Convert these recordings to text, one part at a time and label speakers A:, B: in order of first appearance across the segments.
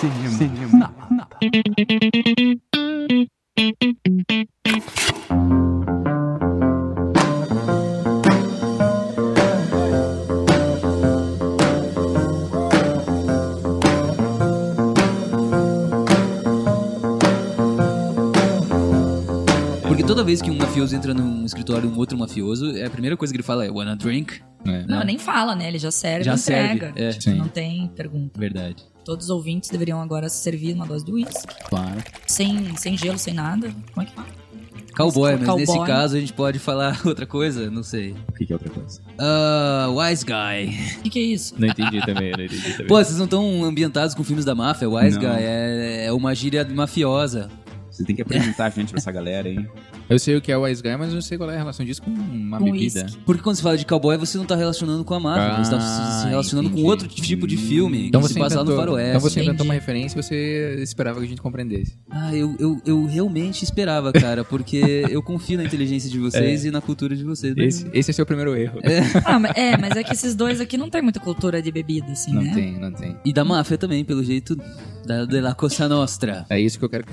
A: Cinema. Cinema. É.
B: Porque toda vez que um mafioso entra num escritório um outro mafioso, é a primeira coisa que ele fala é wanna drink?
A: É,
B: Não.
C: Não, nem fala, né? Ele já serve
B: Já
C: e entrega.
B: serve, é.
C: Tipo,
A: Sim.
C: não tem pergunta.
B: Verdade.
C: Todos os ouvintes deveriam agora se servir uma dose de uísque.
A: claro.
C: Sem, sem gelo, sem nada. Como é que fala?
B: Cowboy, mas
C: Cowboy.
B: nesse caso a gente pode falar outra coisa? Não sei.
D: O que, que é outra coisa?
B: Ah, Wise
A: Tá
B: Guy.
C: O que, que é isso?
D: Não entendi também, não entendi também.
B: Pô, vocês não estão ambientados com filmes da máfia? Wise
D: Não.
B: Guy é, é uma gíria mafiosa.
D: Você tem que apresentar a gente pra essa galera, hein?
A: Eu sei o que é o Wise Guy, mas eu não sei qual é a relação disso com uma
C: Com
A: bebida.
C: uísque.
B: Porque quando se fala de cowboy, você não tá relacionando com a máfia,
A: Ah,
B: você tá se relacionando
A: entendi.
B: com outro tipo de filme
A: Então
B: que
A: você,
B: se passa lá no
A: inventou,
B: faroeste.
A: então você inventou
C: Entendi.
A: uma referência e você esperava que a gente compreendesse.
B: Ah, eu, eu, eu realmente esperava, cara, porque eu confio na inteligência de vocês e na cultura de vocês. né?
A: É. Esse, esse é seu primeiro erro.
C: Ah, mas, é, mas é que esses dois aqui não tem muita cultura de bebida, assim,
A: Não
C: né?
A: tem, não tem.
B: E da máfia também, pelo jeito, da de la Cosa Nostra.
A: É isso que eu quero que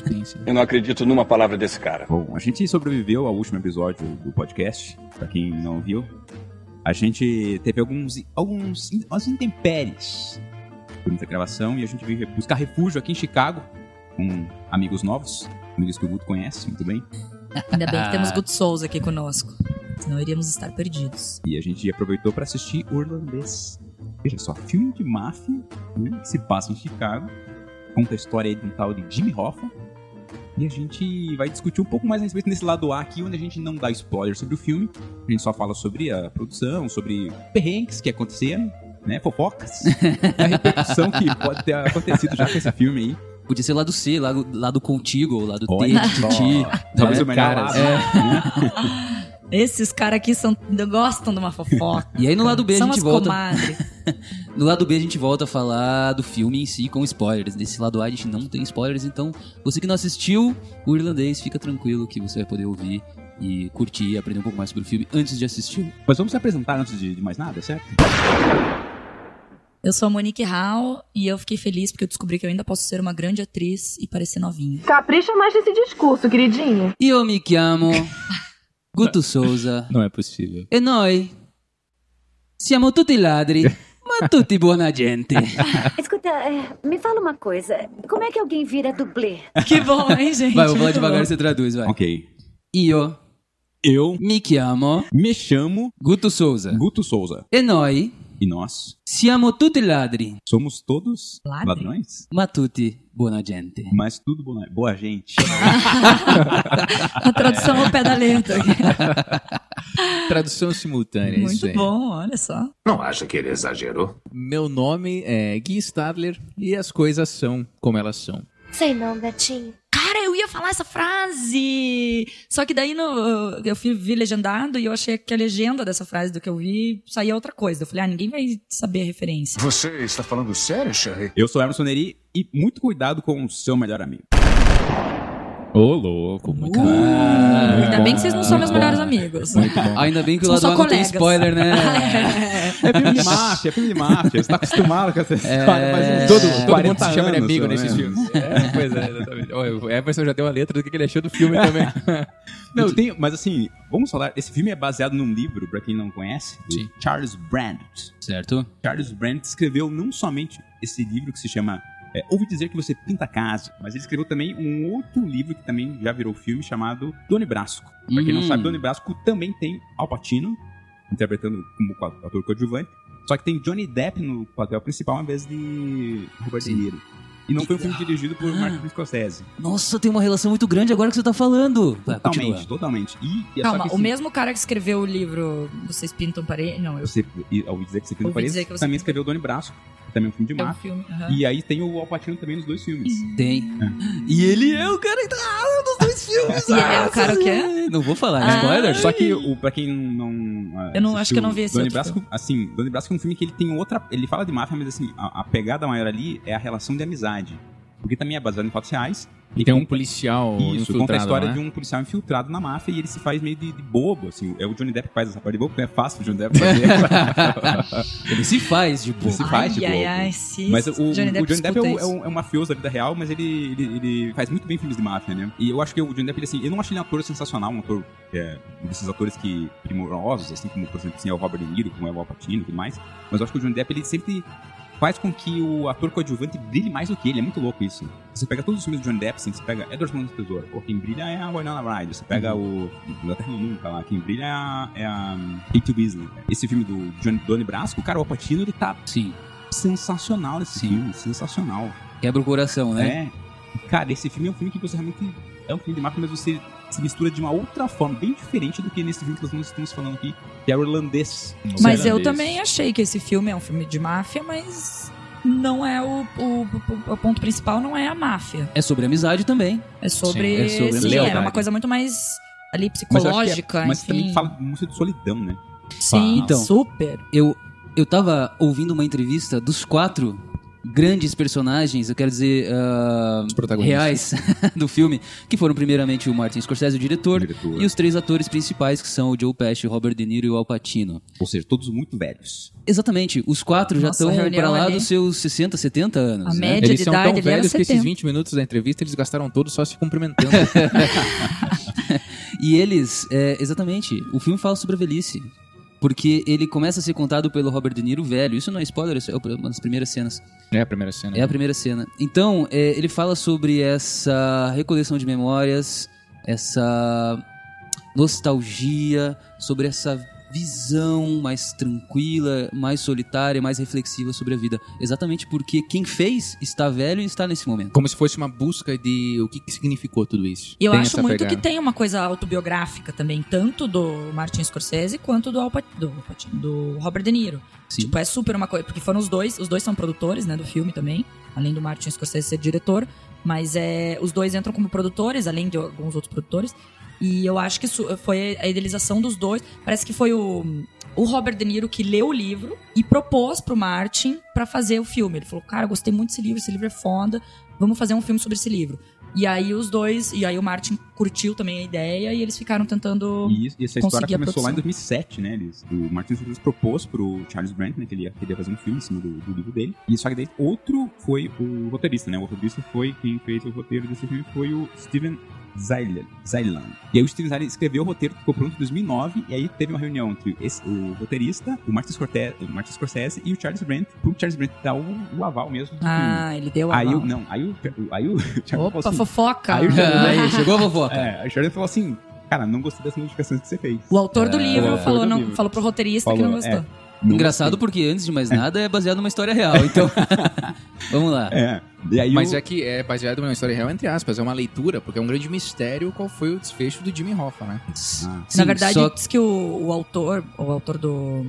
A: pensem.
E: Eu não acredito numa palavra desse cara.
D: Bom, a gente sobreviveu ao último episódio do podcast, pra quem não viu. A gente teve alguns, alguns algumas intempéries durante a gravação e a gente veio buscar refúgio aqui em Chicago com amigos novos, amigos que o Guto conhece muito bem.
C: Ainda bem
B: Ah.
C: que temos Good Souls aqui conosco. Senão iríamos estar perdidos.
D: E a gente aproveitou pra assistir O Irlandês. Veja só, filme de máfia né, que se passa em Chicago. Conta a história aí de um tal de Jimmy Hoffa. E a gente vai discutir um pouco mais a respeito desse lado A aqui, onde a gente não dá spoiler sobre o filme. A gente só fala sobre a produção, sobre perrengues que aconteceram, né? Fofocas. a repercussão que pode ter acontecido já com esse filme aí.
B: Podia ser lá do C, lá, do- lá do Contigo, ou lá do T,
D: Olha
B: de
D: só.
B: Titi.
D: Talvez
B: né?
D: o melhor
B: Caras.
D: lado.
C: Esses caras aqui são, gostam de uma fofoca.
B: E aí no lado B a
C: são
B: gente
C: as
B: volta.
C: comadres.
B: No lado B a gente volta a falar do filme em si com spoilers. Desse lado A a gente não tem spoilers, então você que não assistiu o irlandês, fica tranquilo que você vai poder ouvir e curtir e aprender um pouco mais sobre o filme antes de assistir.
D: Mas vamos se apresentar antes de, de mais nada, certo?
C: Eu sou a Monique Hall e eu fiquei feliz porque eu descobri que eu ainda posso ser uma grande atriz e parecer novinha.
F: Capricha mais nesse discurso, queridinha.
B: E eu me chamo Guto Souza.
D: Não é possível.
B: E noi siamo tutti ladri, ma tutti buona gente.
G: Escuta, é, me fala uma coisa. Como é que alguém vira dublê?
C: Que bom, hein, gente?
B: Vai, eu vou falar
C: Muito
B: devagar e
C: bom.
B: você traduz, vai.
D: Ok.
B: Io
D: Eu
B: mi chiamo
D: me chamo
B: Guto Souza.
D: Guto Souza.
B: E noi
D: E nós
B: siamo tutti ladri,
D: Somos todos
C: Ladrões?
D: ladrões,
B: ma tutti buona gente.
D: mas tudo boa, né? boa gente.
C: A tradução ao pé da letra.
A: Tradução simultânea, é isso
C: Muito
A: aí.
C: bom, olha só.
E: Não acha que ele exagerou?
A: Meu nome é Gui Stadler e as coisas são como elas são.
G: Sei não, gatinho.
C: Cara, eu ia falar essa frase! Só que daí no- eu fui, vi legendado e eu achei que a legenda dessa frase do que eu vi saía outra coisa. Eu falei, ah, ninguém vai saber a referência.
E: Você está falando sério, Sherry?
D: Eu sou Emerson Neri e muito cuidado com o seu melhor amigo.
H: Ô, louco,
B: Uh,
H: muito bom.
B: Ah,
C: Uh, Ainda bem que vocês não são meus melhores amigos.
A: Muito bom.
B: Ainda bem que o
C: São
B: lado
C: só
B: A não tem
C: colegas.
B: spoiler, né?
D: É filme de máfia, é filme de máfia. Você tá acostumado com essa história,
B: é.
D: mas
A: Todo, todo
D: 40
A: mundo É, se chama de
D: tá anos, né?
A: amigo
D: pelo
B: né?
A: nesses
D: menos.
A: filmes. É, pois é, exatamente. Olha, o Everson já deu a letra do que que ele achou do filme também.
D: Não, tem, mas assim, vamos falar. Esse filme é baseado num livro, pra quem não conhece, de
B: Sim.
D: Charles Brandt.
B: Certo?
D: Charles Brandt escreveu não somente esse livro que se chama é, Ouvi Dizer Que Você Pinta a Casa, mas ele escreveu também um outro livro que também já virou filme chamado Doni Brasco. Pra quem não
B: Uhum.
C: Hum.
D: sabe, Doni Brasco também tem Al Pacino, interpretando como co- ator coadjuvante, só que tem Johnny Depp no papel principal ao invés de Robert De
B: Sim.
D: Niro. E não foi um filme
C: Ah.
D: dirigido por Martin Scorsese.
B: Nossa, tem uma relação muito grande agora que você tá falando. Vai,
D: Totalmente,
B: continua.
D: totalmente. E, e é
C: Calma,
D: só que
C: o
D: esse-
C: mesmo cara que escreveu o livro Vocês Pintam Parede. Não, eu
D: Você, e, ao dizer que você pinta
C: Ouvi dizer
D: parede,
C: que você
D: também
C: pinta-
D: escreveu Doni Brasco, que também é um filme de
C: é um
D: máfia.
C: filme. aham.
D: E aí tem o Al Pacino também nos dois filmes.
B: Tem. E ele é o cara que tá ah, dos dois filmes.
C: E ele é o cara o quê?
B: Não vou falar, né?
C: Ah.
B: spoiler.
D: Só que o para quem não, não ah,
C: Eu
D: assistiu
C: não- acho que eu não vi esse
D: Donnie
C: outro
D: Brasco, assim, Donnie Brasco é um filme que ele tem outra, ele fala de máfia, mas assim, a, a pegada maior ali é a relação de amizade. Porque também é baseado em fatos reais. Então,
A: E tem um policial
D: Isso, conta a
A: infiltrado,
D: história
C: é?
A: né?
D: de um policial infiltrado na máfia e ele se faz meio de, de bobo, assim. É o Johnny Depp que faz essa parte de bobo, porque é fácil o Johnny Depp fazer.
B: Ele se faz de boa.
D: Se faz de
C: ai,
D: bobo.
C: ai, se
D: Mas o o Johnny Depp, é,
C: escuta
D: um,
C: isso.
D: é um- é um mafioso da vida real, mas ele, ele, ele faz muito bem filmes de máfia, né? E eu acho que o Johnny Depp, ele, assim, eu não acho ele um ator sensacional, um ator, é, um desses atores que primorosos, assim, como, por exemplo, assim, é o Robert De Niro, como é o Al Pacino e tudo mais. Mas eu acho que o Johnny Depp, ele sempre faz com que o ator coadjuvante brilhe mais do que ele. É muito louco isso. Você pega todos os filmes do Johnny Depp, assim, você pega Edward Mãos do Tesouro, pô, quem brilha é a Winona Ryder. Você pega o... Da Terra Nunca lá, quem brilha é a, é a Kate Winslet. Esse filme do Johnny, Donnie Brasco, cara, o Al Pacino, ele tá
B: Sim.
D: sensacional esse filme, sensacional.
B: Quebra o coração, né?
D: É. Cara, esse filme é um filme que você realmente. É um filme de máfia, mas você se mistura de uma outra forma, bem diferente do que nesse filme que nós estamos falando aqui, que é o irlandês.
C: Mas
H: Sério.
C: eu também achei que esse filme é um filme de máfia, mas não é o, o, o- o ponto principal, não é a máfia.
B: É sobre amizade também.
C: É sobre.
B: Sim, é sobre
C: sim,
B: lealdade.
C: é uma coisa muito mais ali
D: Mas eu acho que é-
C: psicológica.
D: Mas
C: enfim.
D: também fala muito de solidão, né?
C: Sim,
B: Então.
C: super.
B: Eu, eu tava ouvindo uma entrevista dos quatro grandes personagens, eu quero dizer, ah,
A: Os protagonistas.
B: reais do filme, que foram primeiramente o Martin Scorsese, o diretor,
D: Diretor.
B: e os três atores principais, que são o Joe Pesci, o Robert De Niro e o Al Pacino.
D: Ou seja, todos muito velhos.
B: Exatamente, os quatro
C: Nossa,
B: já estão
C: reunião
B: pra lá
C: ali.
B: dos seus 60, 70 anos.
C: A
B: né?
C: média
A: Eles
C: de
A: são
C: idade
A: tão
C: ali era
A: velhos que
C: 70.
A: esses 20 minutos da entrevista eles gastaram todos só se cumprimentando.
B: E eles, é, exatamente, o filme fala sobre a velhice. Porque ele começa a ser contado pelo Robert De Niro velho. Isso não é spoiler, isso é uma das primeiras cenas.
A: é a primeira cena.
B: É a primeira cena. Então, é, ele fala sobre essa recoleção de memórias, essa nostalgia, sobre essa visão mais tranquila, mais solitária, mais reflexiva sobre a vida. Exatamente porque quem fez está velho e está nesse momento.
A: Como se fosse uma busca de o que, que significou tudo isso.
C: E eu
A: Tem
C: acho
A: essa
C: muito
A: pegada.
C: que tem uma coisa autobiográfica também, tanto do Martin Scorsese quanto do, Al Pat- do, Al Pacino, do Robert De Niro.
B: Sim.
C: Tipo, é super uma coisa. Porque foram os dois, os dois são produtores, né, do filme também, além do Martin Scorsese ser diretor. Mas é, os dois entram como produtores, além de alguns outros produtores. E eu acho que isso foi a idealização dos dois. Parece que foi o, o Robert De Niro que leu o livro e propôs pro Martin pra fazer o filme. Ele falou: Cara, eu gostei muito desse livro, esse livro é foda, vamos fazer um filme sobre esse livro. E aí os dois, e aí o Martin curtiu também a ideia e eles ficaram tentando.
D: E, isso- e essa história
C: Consegui a
D: começou
C: produção.
D: lá em 2007, né? Eles, o Martin Scorsese propôs pro Charles Brandt, né? Que ele ia, que ele ia fazer um filme em cima do, do livro dele. E só que daí outro foi o roteirista, né? O roteirista foi quem fez o roteiro desse filme foi o Steven Zailan. Zailan. E aí o Steven Zailan escreveu o roteiro, ficou pronto em 2009. E aí teve uma reunião entre esse- o roteirista, o Martin Scorsese, o Martin Scorsese e o Charles Brandt. Pro Charles Brandt dar o, o aval mesmo do filme.
C: Ah, ele deu a.
D: Aí
C: mão.
D: o, não, aí o, aí o Charles falou
C: Opa,
D: assim,
C: fofoca!
D: Aí o
B: Aí, chegou a vovó. cara.
D: é, aí o Charles falou assim, cara, não gostei das modificações que você fez.
C: O autor do livro
D: É, o autor
C: falou,
D: do
C: não,
D: livro.
C: falou pro roteirista que não
D: Falou, é.
C: gostou.
D: Não
B: Engraçado porque, antes de mais nada, é baseado numa história real. Então, vamos lá.
D: É. E aí
A: Mas
D: o...
A: é que é baseado numa história real, entre aspas, é uma leitura, porque é um grande mistério qual foi o desfecho do Jimmy Hoffa, né?
B: Sim,
C: Na verdade,
B: só-
C: diz que o, o autor, o autor do.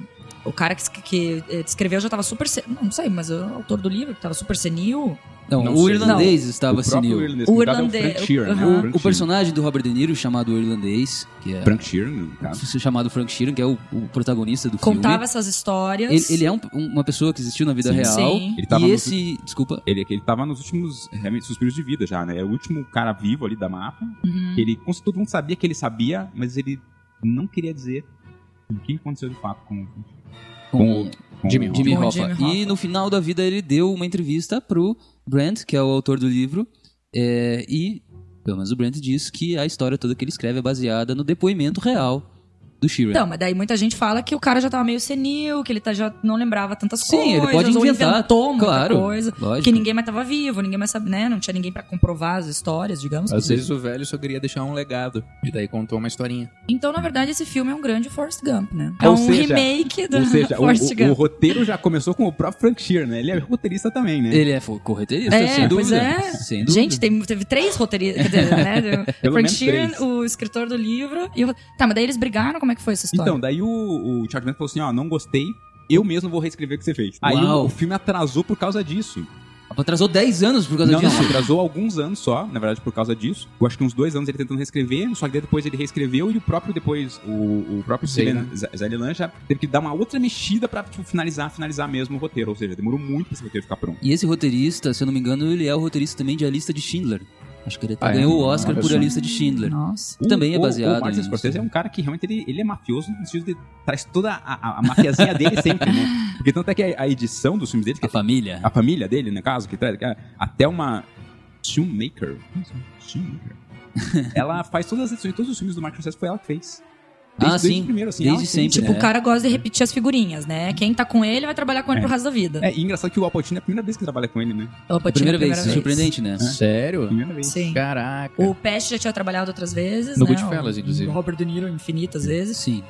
C: O cara que, que, que, eh, descreveu já tava super. se- Não sei, mas o autor do livro que tava super senil.
B: não,
A: não
B: o
A: sei.
B: irlandês estava
D: o próprio
B: senil.
D: irlandês,
C: O
D: no caso,
C: irlandês,
D: É o Frank Sheeran, né?
C: aham.
D: Frank
B: assim, O personagem do Robert De Niro, chamado o irlandês, que é
D: Sheeran. Frank Sheeran, no caso.
B: chamado Frank Sheeran, que é o, o protagonista do
C: Contava
B: filme.
C: essas histórias.
B: Ele, ele é um- um- uma pessoa que existiu na vida
C: Sim,
B: real.
C: sim.
D: Ele tava
B: e
D: no-
B: esse. Desculpa.
D: Ele, ele tava nos últimos realmente, suspiros de vida já, né? Era o último cara vivo ali da máfia.
C: Uhum.
D: Que ele, com- todo mundo sabia que ele sabia, mas ele não queria dizer o que aconteceu de fato com, com o com
A: Jimmy
D: o-
B: Jimmy
C: Com o
B: Hoffa.
C: Jimmy Hoffa.
B: E no final da vida ele deu uma entrevista pro Brent, que é o autor do livro, é, e pelo menos o Brent diz que a história toda que ele escreve é baseada no depoimento real do Sheeran.
C: Então, mas daí muita gente fala que o cara já tava meio senil, que ele tá, já não lembrava tantas
B: Sim,
C: coisas.
B: ele pode
C: ou
B: inventar,
C: inventou muita
B: claro,
C: coisa.
B: lógico.
C: Que ninguém mais tava vivo, ninguém mais sabia, né? Não tinha ninguém pra comprovar as histórias, digamos.
A: Às vezes o velho só queria deixar um legado, e daí contou uma historinha.
C: Então, na verdade, esse filme é um grande Forrest Gump, né?
D: Ou
C: é um
D: seja-
C: remake do
D: Ou seja, o,
C: Forrest
D: o- o
C: Gump.
D: roteiro já começou com o próprio Frank Sheeran, né? Ele é roteirista também, né?
B: Ele é fo- correteirista,
C: É,
B: sem
C: pois
B: dúvida.
C: é.
B: Sem dúvida.
C: Gente, tem- teve três roteiristas, quer dizer, né? do-
D: Pelo
C: Frank
D: menos
C: Sheeran,
D: três.
C: o escritor do livro e o... Tá, mas daí eles brigaram? Como é que foi essa história?
D: Então, daí o, o Charles Manson falou assim, ó, não gostei, eu mesmo vou reescrever o que você fez. Aí o,
B: Uau.
D: o filme atrasou por causa disso.
B: Papa atrasou 10 anos por causa
D: Não,
B: disso.
D: não, atrasou alguns anos só, na verdade, por causa disso. Eu acho que uns dois anos ele tentando reescrever, só que daí depois ele reescreveu e o próprio depois, o, o próprio
A: Zeylan.
D: Zeylan- Ze- Zeylan já teve que dar uma outra mexida pra tipo, finalizar, finalizar mesmo o roteiro. Ou seja, demorou muito pra esse roteiro ficar pronto.
B: E esse roteirista, se eu não me engano, ele é o roteirista também de A Lista de Schindler. Acho que ele até
A: Ah, é?
B: ganhou o Oscar
A: Olha
B: por
A: só.
B: A Lista de Schindler.
C: Nossa.
B: E também é
D: O- o-
B: baseado
D: O Martin
B: nisso. né?
D: Scorsese é um cara que realmente ele, ele é mafioso no sentido de traz toda a, a, a mafiazinha dele sempre, né? Porque tanto é que a, a edição dos filmes dele, que é
B: A família.
D: a família dele, no caso, que traz que é até uma Shoemaker. Shoemaker. ela faz todas as edições, todos os filmes do Martin Scorsese foi ela que fez. Desde,
B: Ah,
D: desde
B: sim.
D: o primeiro, assim,
B: Desde
D: ela
B: sempre.
C: Tipo,
B: né?
C: o cara gosta de repetir as figurinhas, né? Quem tá com ele vai trabalhar com ele
D: É.
C: pro resto da vida.
D: É, e engraçado que o Alpatino é a primeira vez que trabalha com ele, né?
C: Ela
B: A
C: pode
B: É. primeira,
C: tirar a
B: vez. Surpreendente, né?
A: Sério?
D: Primeira vez.
C: Sim.
A: Caraca.
C: O Pest já tinha trabalhado outras vezes,
A: No
C: né?
A: Goodfellas,
C: O-
A: inclusive.
C: O Robert De Niro infinitas vezes.
B: Sim.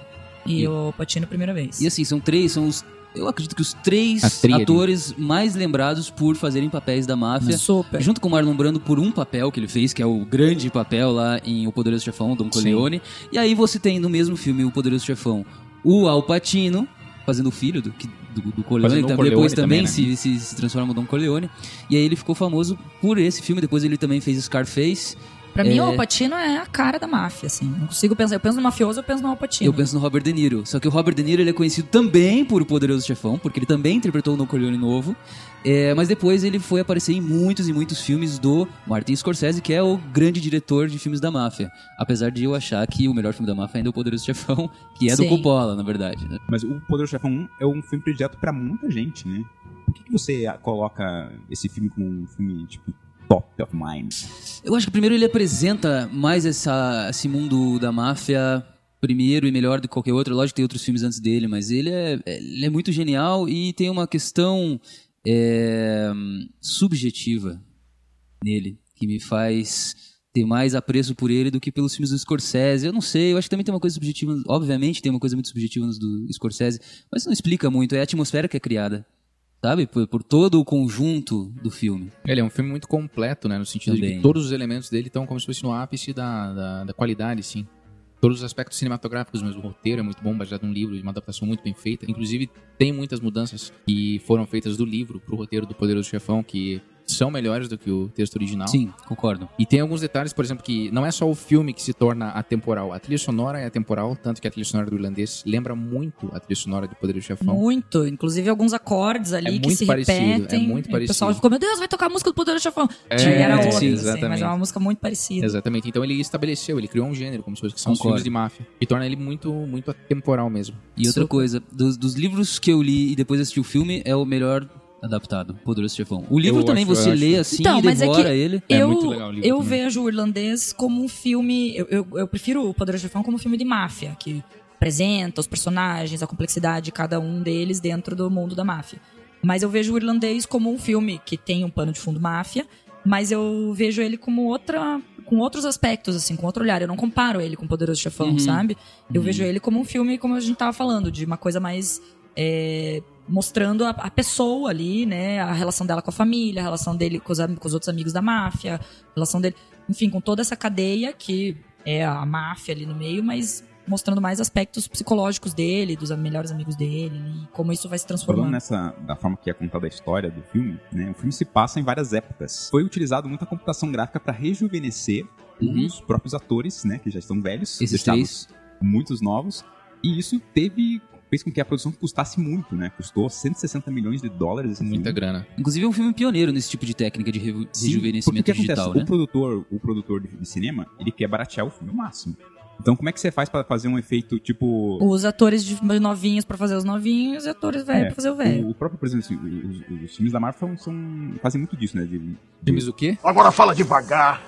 C: E,
B: E-
C: o Patino primeira vez.
B: E assim, são três, são os. Eu acredito que os três
A: A tríade.
B: atores mais lembrados por fazerem papéis da máfia.
C: Super.
B: Junto com o Marlon Brando por um papel que ele fez, que é o grande papel lá em O Poderoso Chefão, Don Corleone. E aí você tem no mesmo filme O Poderoso Chefão o Al Pacino, fazendo o filho do, que- do, do Corleone,
D: Fazendo Don
B: também,
D: Corleone
B: depois
D: também,
B: também,
D: né?
B: se, se, se transforma em Don Corleone. E aí ele ficou famoso por esse filme, depois ele também fez Scarface.
C: Pra mim,
B: É.
C: o Alpatino é a cara da máfia, assim. Não consigo pensar. Eu penso no mafioso, eu penso no Alpatino.
B: Eu penso no Robert De Niro. Só que o Robert De Niro ele é conhecido também por O Poderoso Chefão, porque ele também interpretou o Don Corleone novo. É, mas depois ele foi aparecer em muitos e muitos filmes do Martin Scorsese, que é o grande diretor de filmes da máfia. Apesar de eu achar que o melhor filme da máfia ainda é O Poderoso Chefão, que é do
C: Sim.
B: Coppola, na verdade. né?
D: Mas o Poderoso Chefão 1 é um filme predileto pra muita gente, né? Por que, que você ah, coloca esse filme como um filme, tipo, top of mind?
B: Eu acho que primeiro ele apresenta mais essa, esse mundo da máfia primeiro e melhor do que qualquer outro. Lógico que tem outros filmes antes dele, mas ele é, ele é muito genial e tem uma questão é, subjetiva nele que me faz ter mais apreço por ele do que pelos filmes do Scorsese. Eu não sei, eu acho que também tem uma coisa subjetiva, obviamente tem uma coisa muito subjetiva nos do Scorsese, mas não explica muito, é a atmosfera que é criada, sabe? Por, por todo o conjunto do filme.
A: Ele é um filme muito completo, né? No sentido de
B: Também.
A: que todos os elementos dele estão como se fosse no ápice da, da, da qualidade, sim. Todos os aspectos cinematográficos, mas o roteiro é muito bom, baseado num livro, uma adaptação muito bem feita. Inclusive, tem muitas mudanças que foram feitas do livro pro roteiro do Poderoso Chefão, que são melhores do que o texto original.
B: Sim, concordo.
A: E tem alguns detalhes, por exemplo, que não é só o filme que se torna atemporal. A trilha sonora é atemporal, tanto que a trilha sonora do irlandês lembra muito a trilha sonora do Poderoso Chefão.
C: Muito. Inclusive, alguns acordes ali que
A: muito
C: se
A: parecido, é
C: repetem.
A: muito
C: E O pessoal
A: parecido.
C: ficou, meu Deus, vai tocar a música do Poderoso Chefão.
A: É,
C: Aí era outra,
B: sim,
C: assim, mas
A: exatamente.
C: é uma música muito parecida.
A: Exatamente. Então ele estabeleceu, ele criou um gênero, como se fosse que são os
B: Concordo.
A: filmes de máfia. E torna ele muito, muito atemporal mesmo.
B: E outra
C: Super.
B: coisa, dos, dos livros que eu li e depois assisti o filme, é o melhor adaptado, Poderoso Chefão. O livro
A: Eu
B: também
A: acho,
B: você
A: eu
B: lê assim
C: Então,
B: e
C: mas é que-
B: devora ele.
A: É
C: eu,
A: muito legal o livro
C: eu
A: também.
C: vejo o irlandês como um filme. Eu, eu, eu prefiro o Poderoso Chefão como um filme de máfia, que apresenta os personagens, a complexidade de cada um deles dentro do mundo da máfia. Mas eu vejo o irlandês como um filme que tem um pano de fundo máfia, mas eu vejo ele como outra. com outros aspectos, assim, com outro olhar. Eu não comparo ele com o Poderoso Chefão,
B: Uhum.
C: sabe? Eu
B: Uhum.
C: vejo ele como um filme, como a gente tava falando, de uma coisa mais. é, mostrando a, a pessoa ali, né? A relação dela com a família, a relação dele com os, am- com os outros amigos da máfia, a relação dele. Enfim, com toda essa cadeia que é a máfia ali no meio, mas mostrando mais aspectos psicológicos dele, dos am- melhores amigos dele, né? e como isso vai se
D: Falando
B: Uhum.
C: transformando.
D: nessa da forma que é contada a história do filme, né? O filme se passa em várias épocas. Foi utilizado muita computação gráfica para rejuvenescer
B: Uhum.
D: os próprios atores, né, que já estão velhos,
B: Esses
D: deixados muitos novos, e isso teve fez com que a produção custasse muito, né? Custou 160 milhões de dólares assim. esse
A: Muita
D: filme.
A: grana.
B: Inclusive é um filme pioneiro nesse tipo de técnica de reju-
D: Sim,
B: rejuvenescimento
D: porque o que
B: digital,
D: acontece?
B: né?
D: O produtor, o produtor de, de cinema, ele quer baratear o filme ao máximo. Então, como é que você faz para fazer um efeito tipo
C: Os atores de novinhos pra fazer os novinhos e atores velhos
D: É,
C: pra fazer o velho.
D: o, o próprio, por exemplo, assim, os, os- os filmes da Marvel são, são- fazem muito disso, né? De, de
A: Filmes o quê?
I: Agora fala devagar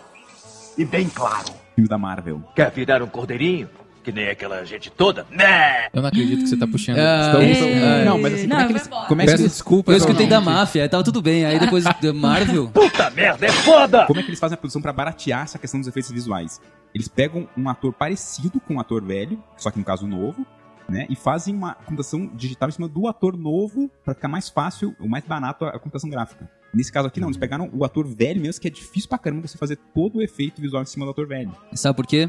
I: e bem claro.
D: filmes da Marvel.
I: Quer virar um cordeirinho? Que nem aquela gente toda? Né?
A: Eu não acredito que você tá puxando.
B: Ah,
A: Então,
B: é.
A: então-
B: Ah,
D: Não, mas assim, como é que
C: vai
D: eles-
C: embora.
D: como é que
A: Peço
D: eles-
A: desculpas.
B: Eu escutei
A: ao-
B: da máfia, aí tava tudo bem. Aí depois da Marvel.
I: Puta merda, é foda!
D: como é que eles fazem a produção pra baratear essa questão dos efeitos visuais? Eles pegam um ator parecido com um ator velho, só que no caso novo, né? E fazem uma computação digital em cima do ator novo pra ficar mais fácil, ou mais barato a a computação gráfica. Nesse caso aqui não, eles
A: Uhum.
D: pegaram o ator velho mesmo, que é difícil pra caramba você fazer todo o efeito visual em cima do ator velho.
B: Sabe por quê?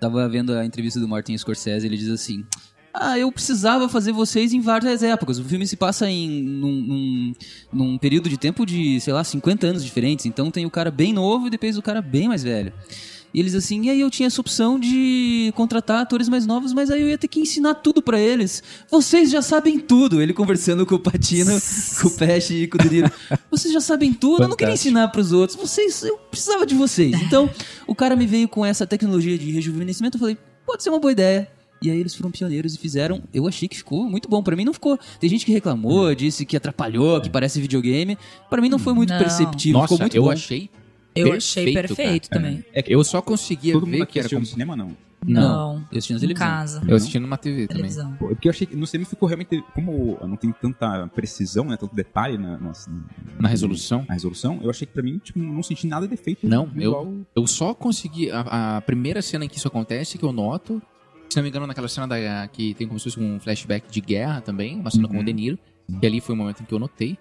B: Tava vendo a entrevista do Martin Scorsese, ele diz assim: Ah, eu precisava fazer vocês em várias épocas. O filme se passa em num, num- num período de tempo de, sei lá, 50 anos diferentes. Então tem o cara bem novo e depois o cara bem mais velho. E eles assim, e aí eu tinha essa opção de contratar atores mais novos, mas aí eu ia ter que ensinar tudo pra eles. Vocês já sabem tudo. Ele conversando com o Patino, com o Pesce e com o De Niro. Vocês já sabem tudo, eu não queria
A: Fantástico.
B: ensinar pros outros. Vocês, eu precisava de vocês. Então, o cara me veio com essa tecnologia de rejuvenescimento, eu falei, pode ser uma boa ideia. E aí eles foram pioneiros e fizeram. Eu achei que ficou muito bom. Pra mim não ficou. Tem gente que reclamou, disse que atrapalhou, que parece videogame. Pra mim não foi muito
C: Não.
B: perceptível.
A: Nossa,
B: ficou muito
A: eu
B: bom.
A: achei.
C: Eu achei
A: Perfeito,
C: perfeito também.
D: É que
A: Eu só conseguia
D: todo mundo
A: ver
D: aqui
A: que era
D: assistiu
A: como.
D: no cinema, não.
B: Não.
C: Não.
B: Eu assisti na
C: Em
B: televisão.
C: casa.
A: Eu assisti numa TV também.
C: Televisão.
D: Pô, é Porque eu achei que no cinema ficou realmente. Como não tem tanta precisão, né? Tanto detalhe na, na-
A: Na resolução.
D: na resolução, eu achei que pra mim, tipo, não senti nada de efeito.
A: Não,
D: igual-
A: Eu só consegui. A, a primeira cena em que isso acontece, que eu noto. Se não me engano, naquela cena da, que tem como se fosse um flashback de guerra também, uma cena com o
D: Uhum.
A: De Niro, que ali foi o momento em que eu notei.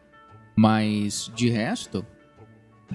A: Mas, de resto,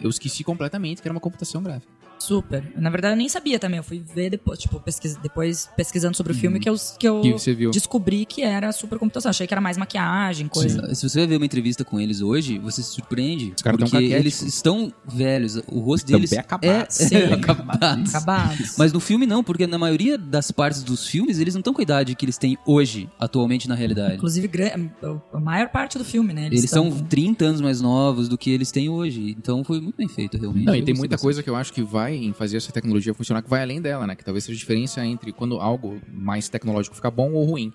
A: eu esqueci completamente que era uma computação gráfica.
C: Super. Na verdade, eu nem sabia também. Eu fui ver depois, tipo, pesquisa, depois pesquisando sobre o filme que eu, que eu
A: Uhum. Que você viu.
C: descobri que era super computação. Achei que era mais maquiagem, coisa.
B: Se você vai ver uma entrevista com eles hoje, você se surpreende.
A: Os caras tão
B: porque eles
A: caquéticos.
B: estão velhos. O rosto
D: Tão
B: deles
D: bem acabados.
B: é
C: Sim.
B: acabados.
C: Acabados.
B: Mas no filme não, porque na maioria das partes dos filmes eles não estão com a idade que eles têm hoje, atualmente na realidade.
C: Inclusive, gran- a maior parte do filme, né?
B: Eles
C: estão-
B: são 30 anos mais novos do que eles têm hoje. Então foi muito bem feito, realmente.
A: Não, e
B: Eu gostei
A: tem muita
C: né?
B: bastante.
A: coisa que eu acho que vai em fazer essa tecnologia funcionar, que vai além dela, né? Que talvez seja a diferença entre quando algo mais tecnológico fica bom ou ruim.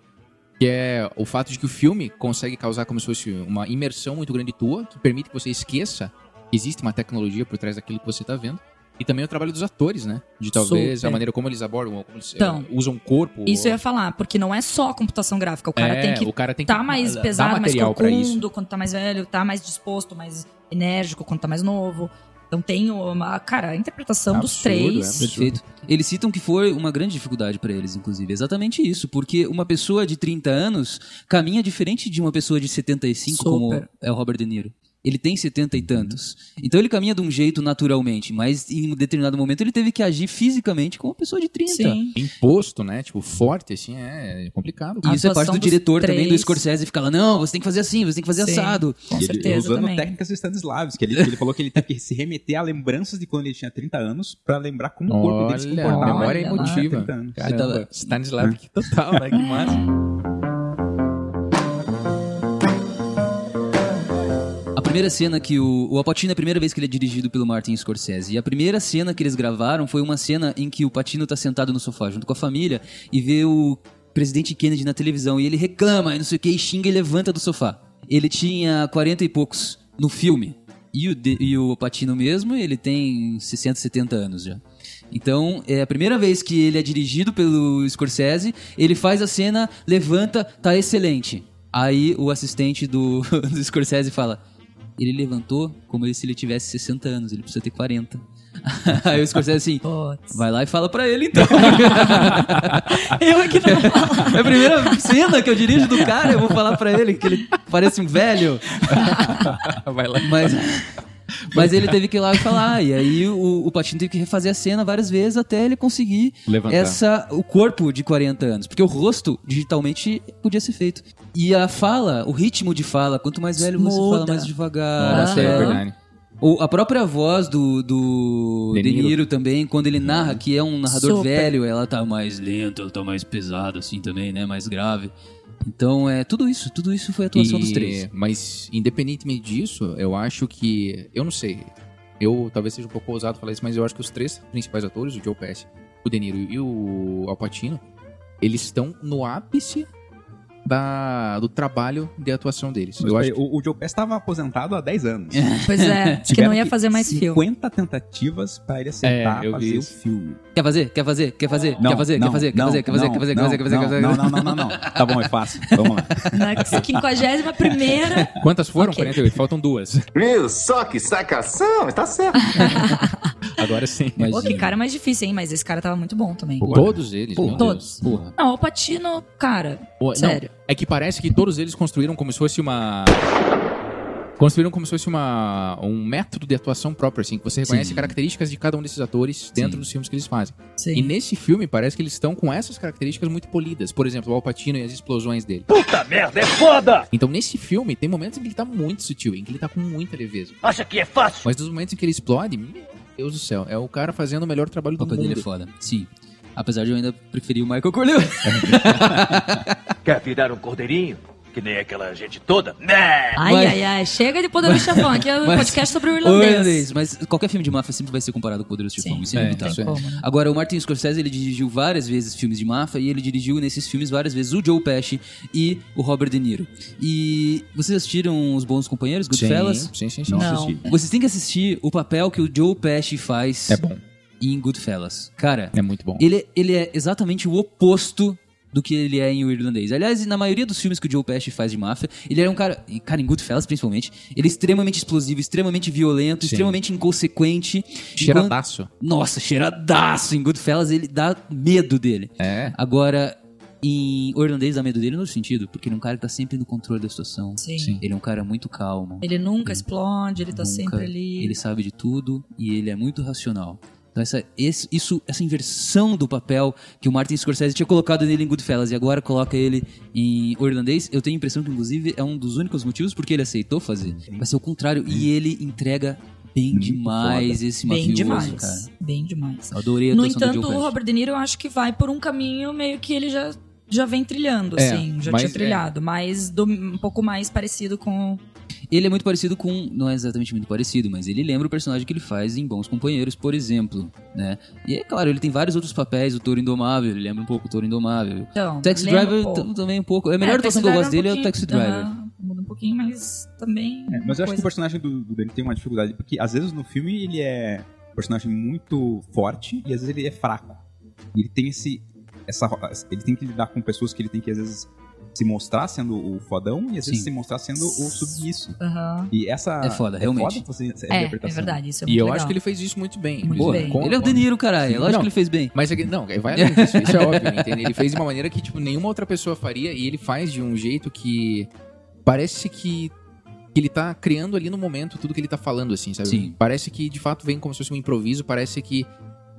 A: Que é o fato de que o filme consegue causar como se fosse uma imersão muito grande tua, que permite que você esqueça que existe uma tecnologia por trás daquilo que você tá vendo. E também o trabalho dos atores, né? De talvez
C: Super.
A: a maneira como eles abordam, como eles eh,
C: Então,
A: usam o corpo.
C: Isso eu ia falar, porque não é só computação gráfica. O cara
A: é,
C: tem que
A: o cara tem que
C: tá mais
A: dar
C: pesado, mais
A: material pra isso.
C: corcundo, quando tá mais velho, tá mais disposto, mais enérgico, quando tá mais novo. Então tem uma. Cara, a interpretação dos
A: Absurdo,
C: três.
A: é
B: Perfeito. Eles citam que foi uma grande dificuldade pra eles, inclusive. Exatamente isso, porque uma pessoa de 30 anos caminha diferente de uma pessoa de 75,
C: Super. Uhum.
B: como é o Robert De Niro. Ele tem 70 e tantos. Então ele caminha de um jeito naturalmente, mas em um determinado momento ele teve que agir fisicamente como uma pessoa de 30.
C: Sim.
A: Imposto, né? Tipo, forte, assim, é complicado.
B: E
C: A
B: isso é parte
C: atuação
B: do
C: dos
B: diretor também, do
C: três.
B: Scorsese, fica lá, não, você tem que fazer assim, você tem que fazer
C: Sim.
B: assado.
C: Com
D: E ele-
C: certeza
D: usando
C: também.
D: técnicas estanislaves, que ele, que ele falou que ele teve que se remeter a lembranças de quando ele tinha 30 anos pra lembrar como o corpo dele se
A: Olha,
D: comportava.
A: a memória
C: Olha lá.
D: emotiva.
A: emotiva. Caramba, Então, Stanislavski total, né? Que massa.
B: A primeira cena que o, o Apatino é a primeira vez que ele é dirigido pelo Martin Scorsese. E a primeira cena que eles gravaram foi uma cena em que o Patino tá sentado no sofá junto com a família e vê o presidente Kennedy na televisão e ele reclama e não sei o que, e xinga e levanta do sofá. Ele tinha 40 e poucos no filme. E o, de, e o Patino mesmo, ele tem 60, 70 anos já. Então, é a primeira vez que ele é dirigido pelo Scorsese, ele faz a cena, levanta, tá excelente. Aí o assistente do, do Scorsese fala: ele levantou como se ele tivesse 60 anos, ele precisa ter 40. Aí o Scorsese assim,
C: Putz.
B: vai lá e fala pra ele então.
C: Eu aqui não vou falar.
B: É a primeira cena que eu dirijo do cara, eu vou falar pra ele que ele parece um velho.
A: Vai lá.
B: Mas, mas ele teve que ir lá e falar. E aí o, o Patino teve que refazer a cena várias vezes até ele conseguir
H: Levantar.
B: essa o corpo de 40 anos. Porque o rosto, digitalmente, podia ser feito. E a fala, o ritmo de fala, quanto mais velho você fala,
C: Muda.
B: mais devagar.
A: Nossa, é
B: É.
A: verdade.
B: Ou a própria voz do, do
A: De
B: De, Niro.
A: Niro.
B: também, quando ele narra que é um narrador
C: Super.
B: velho, ela tá mais lenta, ela tá mais pesada assim também, né? Mais grave. Então é tudo isso, tudo isso foi a atuação
A: E-
B: dos três.
A: Mas, independentemente disso, eu acho que. Eu não sei. Eu talvez seja um pouco ousado falar isso, mas eu acho que os três principais atores, o Joe Pesci, o De Niro e o Al Pacino, eles estão no ápice da, do trabalho de atuação deles. Eu acho que
D: o, o Joe Pesci estava aposentado há 10 anos.
C: Pois é, diz que
D: Tiveram
C: não ia fazer mais
D: 50
C: filme.
D: tentativas pra ele acertar
A: É, eu vi
D: fazer o
A: isso.
D: filme.
B: Quer fazer? Quer fazer? Quer fazer?
D: Não,
B: quer fazer?
D: não,
B: quer fazer?
D: não,
B: quer fazer? Quer fazer?
D: não,
B: Quer fazer?
D: não,
B: Quer fazer? Quer fazer? Quer fazer?
D: Não, não, não, não, não, não. Tá bom, é fácil. Vamos lá.
C: Na 51
A: Quantas foram?
C: Ok.
A: 48. Faltam duas.
E: Viu? Só que sacação, está certo.
A: Agora sim.
B: Mas,
C: Pô, que cara mais difícil, hein? Mas esse cara tava muito bom também.
A: Todos eles.
B: Porra.
A: meu Deus.
C: Todos. Não, o Patino, cara,
A: Pô, não,
C: Sério.
A: é que parece que todos eles construíram como se fosse uma. Construíram como se fosse uma, um método de atuação próprio, assim, que você reconhece
B: Sim.
A: características de cada um desses atores dentro
B: Sim.
A: dos filmes que eles fazem.
C: Sim.
A: E nesse filme parece que eles estão com essas características muito polidas. Por exemplo, o Alpatino e as explosões dele.
I: Puta merda, é foda!
A: Então nesse filme tem momentos em que ele tá muito sutil, em que ele tá com muita leveza.
I: Acha que é fácil?
A: Mas nos momentos em que ele explode, meu Deus do céu, é o cara fazendo o melhor trabalho
B: O
A: do
B: papel dele é
A: mundo.
B: foda. Sim. Apesar de eu ainda preferir o Michael Corleone.
I: Quer virar um cordeirinho? Que nem aquela gente toda? Né?
C: Ai,
B: Mas-
C: ai, ai. Chega de Poderoso Chefão. Aqui é um
B: Mas-
C: podcast sobre o
B: Ô,
C: irlandês.
B: irlandês, Mas qualquer filme de máfia sempre vai ser comparado com o Poderoso Chefão.
C: Sim.
B: Isso
A: É,
B: é
C: Não
B: inevitável.
A: isso
C: tem como, né?
B: Agora, o Martin Scorsese, ele dirigiu várias vezes filmes de máfia e ele dirigiu nesses filmes várias vezes o Joe Pesci e o Robert De Niro. E vocês assistiram Os Bons Companheiros, Goodfellas?
A: Sim, sim, sim. sim.
D: Não,
C: Não.
D: assisti.
B: Vocês têm que assistir o papel que o Joe Pesci faz
A: É bom,
B: em Goodfellas. Cara,
A: é muito bom.
B: ele, ele é exatamente o oposto do que ele é em O Irlandês. Aliás, na maioria dos filmes que o Joe Pesci faz de máfia, ele era um cara, e, cara em Goodfellas principalmente, ele é extremamente explosivo, extremamente violento,
A: Sim.
B: extremamente inconsequente. Enquanto-
A: Cheiradaço.
B: Nossa, cheiradaço em Goodfellas, ele dá medo dele.
A: É.
B: Agora, em O Irlandês dá medo dele no outro sentido, porque ele é um cara que tá sempre no controle da situação.
C: Sim.
A: Sim.
B: Ele é um cara muito calmo.
C: Ele nunca explode, ele tá
B: Nunca.
C: sempre ali.
B: Ele sabe de tudo e ele é muito racional. Então essa, esse- isso, essa inversão do papel que o Martin Scorsese tinha colocado nele em Goodfellas e agora coloca ele em O Irlandês, eu tenho a impressão que inclusive é um dos únicos motivos porque ele aceitou fazer. Vai ser o contrário. E ele entrega bem
D: Muito
B: demais esse
C: Bem
B: mafioso,
C: demais.
B: cara.
C: Bem demais.
B: Eu adorei a
C: No
B: atuação do
C: entanto,
B: Joe
C: o
B: Pesci.
C: Robert De Niro eu acho que vai por um caminho meio que ele já, já vem trilhando,
A: É,
C: assim. Já
A: mas
C: tinha
A: é.
C: trilhado, mas do- um pouco mais parecido com.
B: Ele é muito parecido com. Não é exatamente muito parecido, mas ele lembra o personagem que ele faz em Bons Companheiros, por exemplo. Né? E é claro, ele tem vários outros papéis, o Touro Indomável, ele lembra um pouco o Touro Indomável.
C: Então,
B: Taxi
C: lembra
B: Driver
C: um pouco.
B: t- também um pouco. A melhor atuação que eu gosto
C: um
B: dele é o Taxi Driver.
C: muda um pouquinho, mas também.
D: É, mas eu acho que o
C: coisa-
D: personagem do, do dele tem uma dificuldade, porque às vezes no filme ele é um personagem muito forte e às vezes ele é fraco. E ele tem esse. Essa, ro- ele tem que lidar com pessoas que ele tem que às vezes se mostrar sendo o fodão e às vezes
B: Sim.
D: se mostrar sendo o submisso.
C: Aham.
D: E essa.
B: É foda, realmente.
D: Ah. foda você- essa
C: É, é
D: interpretação.
C: verdade, isso é
A: E
C: muito
A: eu
C: legal.
A: acho que ele fez isso muito bem.
C: Muito
A: inclusive.
C: bem.
A: Com-
B: Ele é o De Niro, caralho. É lógico
A: Não.
B: que ele fez bem.
A: Mas é que- não, vai além disso, isso é óbvio, entende? Ele fez de uma maneira que, tipo, nenhuma outra pessoa faria e ele faz de um jeito que parece que, que ele tá criando ali no momento tudo que ele tá falando, assim, sabe?
B: Sim.
A: Parece que, de fato, vem como se fosse um improviso, parece que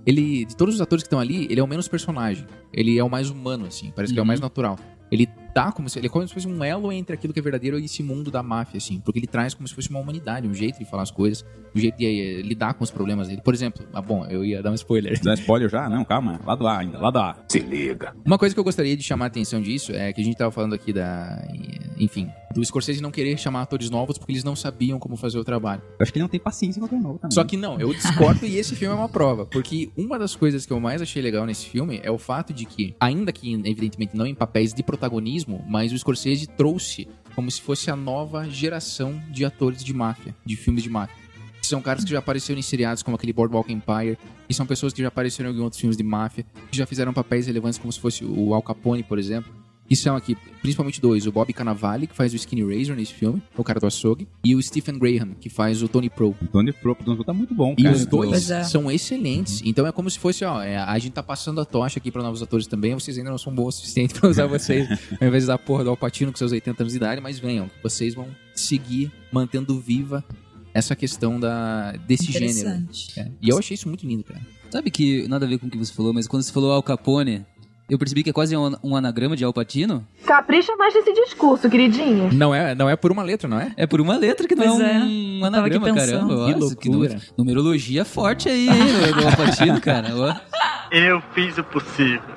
A: ele, de todos os atores que estão ali, ele é o menos personagem. Ele é o mais humano, assim, parece que ele é o
B: Uhum.
A: mais natural. Ele tá como se, ele é como se fosse um elo entre aquilo que é verdadeiro e esse mundo da máfia, assim, porque ele traz como se fosse uma humanidade, um jeito de falar as coisas, um jeito de eh, lidar com os problemas dele. Por exemplo, ah, bom, eu ia dar um spoiler.
D: Dá spoiler já? Não, calma. Lá do A ainda, lá do A.
E: Se liga.
A: Uma coisa que eu gostaria de chamar a atenção disso é que a gente tava falando aqui da. Enfim, do Scorsese não querer chamar atores novos porque eles não sabiam como fazer o trabalho.
D: Eu acho que ele não tem paciência com o novo também.
A: Só que não, eu discordo e esse filme é uma prova. Porque uma das coisas que eu mais achei legal nesse filme é o fato de que, ainda que evidentemente não em papéis de protagonismo, mas o Scorsese trouxe como se fosse a nova geração de atores de máfia, de filmes de máfia. Que são caras que já apareceram em seriados como aquele Boardwalk Empire, que são pessoas que já apareceram em alguns outros filmes de máfia, que já fizeram papéis relevantes como se fosse o Al Capone, por exemplo. Que são aqui, principalmente dois, o Bob Cannavale, que faz o Skinny Razor nesse filme, o cara do açougue, e o Stephen Graham, que faz o Tony Pro.
D: O Donnie Pro, o Donnie Pro tá muito bom,
A: E
D: cara.
A: os dois
C: Pois é.
A: são excelentes. Então é como se fosse, ó, é, a gente tá passando a tocha aqui pra novos atores também. Vocês ainda não são bons o suficiente pra usar vocês, ao invés da porra do Alpatino com seus 80 anos de idade, mas venham, vocês vão seguir mantendo viva essa questão da, desse gênero.
C: Interessante.
A: É. E eu achei isso muito lindo, cara.
B: Sabe que nada a ver com o que você falou, mas quando você falou Al Capone, eu percebi que é quase um, um anagrama de Al Pacino.
F: Capricha mais nesse discurso, queridinha.
A: Não é, não é por uma letra, não é?
B: É por uma letra que não
C: Pois
B: é
C: é.
B: um
C: Tava aqui
B: anagrama,
C: pensando.
B: caramba.
A: Que
B: Nossa, que
A: loucura.
B: nu- numerologia forte aí, hein, do Al Pacino, cara. Ó.
J: Eu fiz o possível.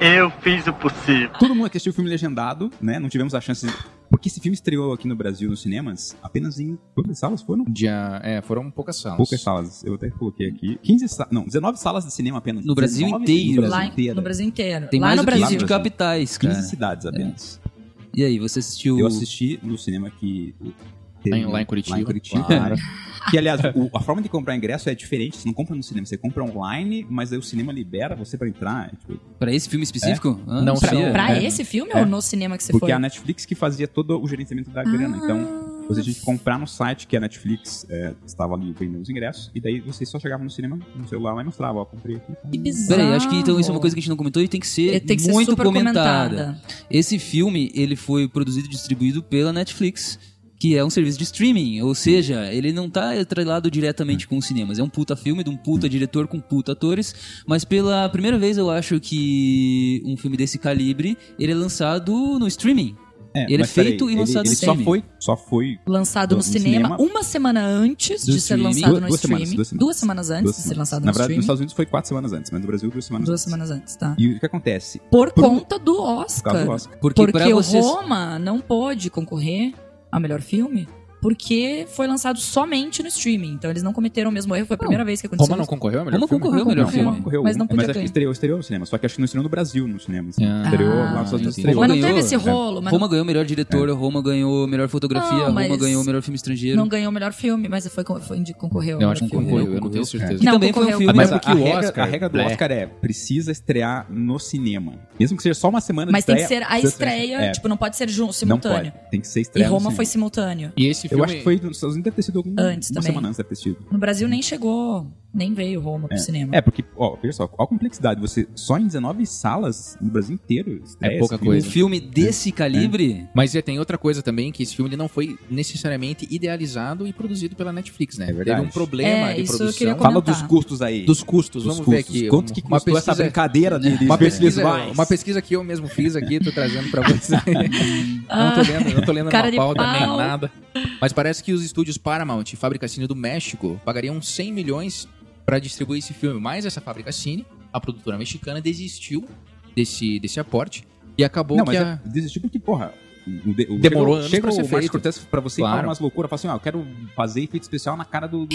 J: Eu fiz o possível.
D: Todo mundo que assistiu o filme legendado, né? Não tivemos a chance. Porque esse filme estreou aqui no Brasil nos cinemas apenas em. Quantas salas foram?
A: Já, é, foram poucas salas.
D: Poucas salas. Eu até coloquei aqui. 15 salas. Não, 19 salas de cinema apenas.
B: No Brasil
D: 19
B: inteiro.
D: No
C: Lá
D: Brasil
C: em-
D: inteiro.
C: no Brasil inteiro.
B: Tem
C: Lá
B: mais
C: no
B: do que
C: Brasil.
D: Brasil.
B: isso de capitais,
D: 15
B: cara.
D: cidades apenas.
B: E aí, você assistiu...
D: Eu assisti no cinema que. né?
A: Lá em- lá em Curitiba.
D: Lá em Curitiba.
A: Claro.
D: que, aliás, o- a forma de comprar ingresso é diferente. Você não compra no cinema, você compra online, mas aí o cinema libera você pra entrar. é, tipo,
B: Pra esse filme específico? Ah,
A: Não
B: sabia.
A: são-
C: tipo, Pra
A: É.
C: esse filme
D: É.
C: ou no cinema que você
D: porque
C: foi? Ah.
D: é a Netflix que fazia todo o gerenciamento da grana. Então, você tinha que comprar no site que a Netflix é, estava ali vendendo os ingressos. E daí você só chegava no cinema, no celular lá e mostrava, ó, comprei aqui.
C: Ah,
D: tá?
C: Que bizarro.
B: Peraí, acho que então isso é uma coisa que a gente não comentou e tem que ser
C: Tem que ser
B: muito
C: super
B: comentada.
C: comentada.
B: Esse filme, ele foi produzido e distribuído pela Netflix, que é um serviço de streaming, ou seja, ele não tá atrelado diretamente com os cinemas. É um puta filme de um puta diretor com puta atores, mas pela primeira vez eu acho que um filme desse calibre, ele é lançado no streaming.
D: É,
B: Ele é
D: mas peraí,
B: feito e
D: ele-
B: lançado
D: ele
B: no
D: só
B: streaming.
D: foi, só foi
C: Lançado no,
D: No
C: cinema,
D: cinema.
C: uma semana antes
B: Do
C: de ser
B: streaming.
C: lançado no
D: Duas- duas semanas,
C: streaming.
D: duas semanas.
C: Duas semanas antes
D: duas
C: de ser
D: semanas.
C: lançado
D: Na
C: no
D: verdade, nos
C: streaming.
D: Estados Unidos foi quatro semanas antes, mas no Brasil duas semanas
C: Duas
D: antes.
C: semanas antes, tá.
D: E o que acontece?
C: Por
D: Por-
C: conta do
D: Por causa
C: Oscar.
D: do Oscar.
B: Porque,
C: Porque,
B: pra
C: o
B: vocês...
C: Roma não pôde concorrer ao melhor filme porque foi lançado somente no streaming. Então eles não cometeram o mesmo erro, foi a primeira vez que aconteceu.
A: Roma não
C: isso.
A: concorreu, é melhor
B: Roma
A: filme?
B: concorreu ao melhor
A: Não,
B: filme.
A: Roma-
D: Correu
C: Mas
D: um,
C: não É. podia
D: acho que
C: ganhar.
D: estreou, estreou no cinema. Só que acho que não estreou no Brasil, no cinema. assim.
A: Ah,
D: estreou lá nos Estados Unidos,
A: entendi.
D: estreou.
C: mas não
B: ganhou,
C: teve esse
B: é.
C: rolo, mas
B: Roma ganhou melhor diretor, Roma ganhou melhor
C: Não,
B: fotografia, Roma
C: Ah, mas-
B: ganhou melhor filme
C: não,
B: estrangeiro.
C: não ganhou o melhor filme, mas foi, con- foi indi- concorreu. né? ao
A: Eu acho que
C: melhor filme.
A: concorreu, eu não
B: Concorreu.
A: tenho certeza.
B: Que
C: Não,
B: também foi um
C: concorreu.
B: filme.
D: Mas
A: Lembra
D: a,
A: que
D: a
A: o
D: regra,
A: Oscar-
D: a regra do
A: Blé.
D: Oscar é precisa estrear no cinema. Mesmo que seja só uma semana
C: Mas
D: de
C: tem que
D: estreia.
C: ser a
D: precisa estrear-
C: estreia,
D: é,
C: tipo, não pode ser junto,
D: não
C: simultâneo.
D: pode. Tem que ser
C: E
D: estreia no
C: Roma
D: cinema.
C: foi simultâneo.
A: E esse filme...
D: Eu acho que foi nos Estados Unidos deve ter sido algum,
C: Antes
D: uma
C: também.
D: semana antes deve ter sido.
C: No Brasil nem chegou, nem veio Roma pro cinema.
D: É, porque, ó, veja só, qual a complexidade. Você só em 19 salas no Brasil inteiro estreia
A: É pouca
D: esse
B: Um
D: filme.
A: coisa.
B: filme desse calibre,
A: Mas é, tem outra coisa também, que esse filme ele não foi necessariamente idealizado e produzido pela Netflix, né?
D: É verdade.
A: Teve um problema
C: É,
A: de
C: isso eu
A: produção.
C: queria
D: Fala
C: comentar.
D: dos custos aí.
A: Dos custos,
D: Dos
A: vamos ver
D: custos.
A: aqui.
D: Quanto que
A: uma
D: custou essa
A: pesquisa-
D: brincadeira de, de
A: Uma pesquisa,
D: visuais?
A: uma pesquisa que eu mesmo fiz aqui, tô trazendo pra vocês.
C: Ah,
A: não tô lendo, não tô lendo
C: Cara
A: uma
C: de
A: pauta nem
C: pau.
A: nada. Mas parece que os estúdios Paramount e Fábrica Cine do México pagariam 100 milhões pra distribuir esse filme. Mas essa Fábrica Cine, a produtora mexicana, desistiu desse, desse aporte e acabou
D: Não,
A: que
D: mas
A: a...
D: é desistiu porque, porra. o- o- o- chega,
A: Demorou anos
D: chega
A: pra ser
D: o Martin
A: feito.
D: Scorsese pra você
A: Claro.
D: falar umas loucuras, fala assim, ah, eu quero fazer efeito especial na cara do... do